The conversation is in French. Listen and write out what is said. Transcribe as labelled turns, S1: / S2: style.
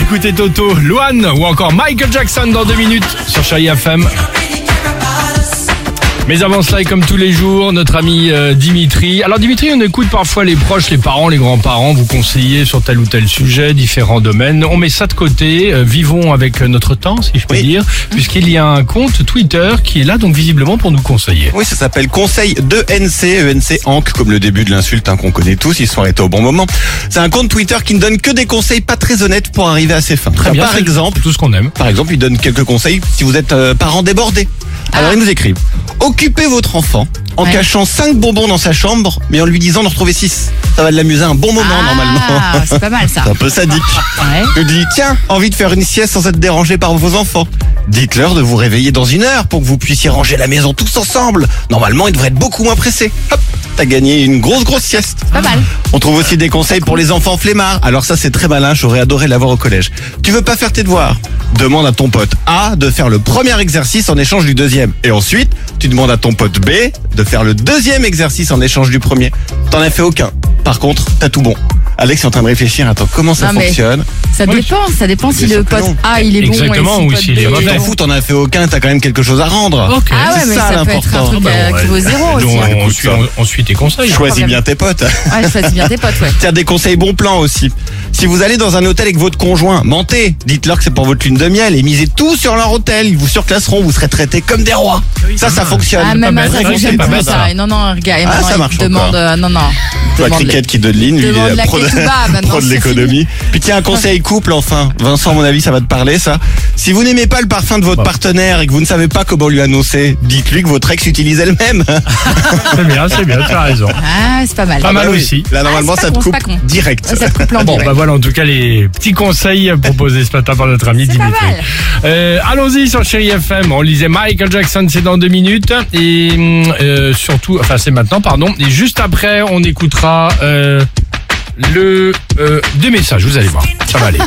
S1: écouter Toto, Luan ou encore Michael Jackson dans deux minutes sur Chérie FM. Mais avant cela, et comme tous les jours, notre ami euh, Dimitri. Alors Dimitri, on écoute parfois les proches, les parents, les grands-parents vous conseiller sur tel ou tel sujet, différents domaines. On met ça de côté, euh, vivons avec euh, notre temps, si je peux
S2: Oui.
S1: dire, puisqu'il y a un compte Twitter qui est là, donc visiblement pour nous conseiller.
S2: Oui, ça s'appelle Conseil de E NC, ENC Hank, comme le début de l'insulte hein, qu'on connaît tous, ils sont arrêtés au bon moment. C'est un compte Twitter qui ne donne que des conseils pas très honnêtes pour arriver à ses fins.
S1: Très
S2: Bah,
S1: bien,
S2: par
S1: c'est
S2: exemple,
S1: tout ce qu'on aime.
S2: par exemple, il donne quelques conseils si vous êtes euh, parent débordé. Alors il nous écrit Occupez votre enfant en
S3: Ah. Ouais.
S2: cachant 5 bonbons dans sa chambre, mais en lui disant d'en retrouver 6. Ça va l'amuser un bon moment
S3: Ah,
S2: normalement.
S3: C'est pas mal ça.
S2: C'est un peu sadique.
S3: Ouais.
S2: Je dis, tiens, envie de faire une sieste sans être dérangé par vos enfants. Dites-leur de vous réveiller dans une heure pour que vous puissiez ranger la maison tous ensemble. Normalement, ils devraient être beaucoup moins pressés. Hop, t'as gagné une grosse grosse sieste.
S3: Pas mal.
S2: On trouve aussi des conseils pour les enfants flemmards. Alors ça, c'est très malin, j'aurais adoré l'avoir au collège. Tu veux pas faire tes devoirs Demande à ton pote A de faire le premier exercice en échange du deuxième. Et ensuite, tu demandes à ton pote B de faire le deuxième exercice en échange du premier. T'en as fait aucun. Par contre, t'as tout bon. Alex est en train de réfléchir, attends, comment ça
S3: Non, mais-
S2: fonctionne
S3: Ça
S1: Oui.
S3: dépend, ça dépend
S2: Bien
S3: si le
S2: sûr que
S3: pote
S2: non.
S3: A il est
S1: Exactement,
S3: bon
S1: ou
S3: et si
S1: s'il est
S3: le pote B,
S1: mauvais.
S3: il est
S2: T'en
S3: bon.
S2: fous, t'en as fait aucun, t'as quand même quelque chose à rendre.
S1: Ok.
S3: Ah ouais,
S2: C'est
S3: mais
S2: ça,
S3: ça peut être un
S2: l'important.
S3: truc euh, qui vaut zéro aussi.
S1: Donc,
S3: hein.
S1: on, suit, on, on suit tes conseils.
S2: Choisis
S3: problème.
S2: bien tes potes.
S3: Ouais, Ah, je choisis bien tes potes, ouais.
S2: Tiens, des conseils bons plans aussi. Si vous allez dans un hôtel avec votre conjoint, mentez. Dites-leur que c'est pour votre lune de miel et misez tout sur leur hôtel. Ils vous surclasseront, vous serez traités comme des rois. Ça, ça fonctionne.
S3: Ah, même
S1: pas
S3: à
S1: mal,
S3: ça,
S1: c'est vrai que c'est
S3: fonctionne
S1: pas
S3: plus,
S1: mal,
S3: ça.
S1: ça.
S3: Et Non, non, regarde, et
S2: Ah,
S3: maintenant,
S2: ça
S3: il
S2: marche
S3: demande.
S2: encore.
S3: euh, non, non.
S2: Toi,
S3: demande-le.
S2: cricket qui donne ligne, lui, il
S3: Demande
S2: est
S3: la
S2: pro de,
S3: clé tout bas, maintenant,
S2: pro de
S3: c'est
S2: l'économie. Puis tiens, un conseil couple, enfin. Vincent, à mon avis, ça va te parler, ça. Si vous n'aimez pas le parfum de votre
S1: Bah.
S2: partenaire et que vous ne savez pas comment lui annoncer, dites-lui que votre ex utilise elle-même.
S1: C'est bien, c'est bien, tu as raison.
S3: Ah, c'est pas mal.
S1: Pas mal.
S2: Ah oui.
S1: aussi.
S2: Là,
S3: Ah,
S2: normalement,
S3: c'est
S2: ça
S3: pas
S2: te
S3: con, c'est
S2: coupe
S3: pas con.
S2: direct.
S3: Ouais, Ça coupe l'ambiance.
S1: Bon, bah voilà en tout cas les petits conseils proposés ce matin par notre ami
S3: C'est pas
S1: Dimitri.
S3: mal.
S1: Euh, Allons-y sur Chéri FM. On lisait Michael Jackson, c'est dans deux minutes. Et hum, euh, surtout, enfin c'est maintenant, pardon. Et juste après, on écoutera euh, le euh, deux messages. Vous allez voir, ça va aller.